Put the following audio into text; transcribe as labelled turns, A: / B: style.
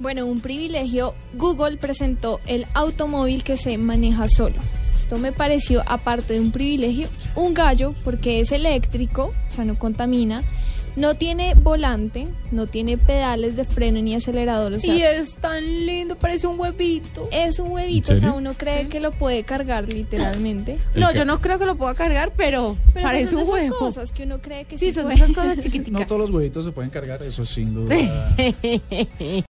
A: Bueno, un privilegio, Google presentó el automóvil que se maneja solo. Esto me pareció, aparte de un privilegio, un gallo, porque es eléctrico, o sea, no contamina, no tiene volante, no tiene pedales de freno ni acelerador. O sea,
B: Y es tan lindo, parece un huevito.
A: es un huevito, o sea,
C: serio?
A: uno cree
B: Sí.
A: que lo puede cargar literalmente.
C: El
B: No,
C: que-
B: yo no creo que lo pueda cargar, pero,
A: Pero
B: parece
A: pues
B: un
A: son de esas
B: huevo.
A: cosas que uno cree que sí,
B: Sí, son de
A: puede.
B: esas cosas
C: No
B: chiquiticas.
C: todos los huevitos se pueden cargar, eso sin duda.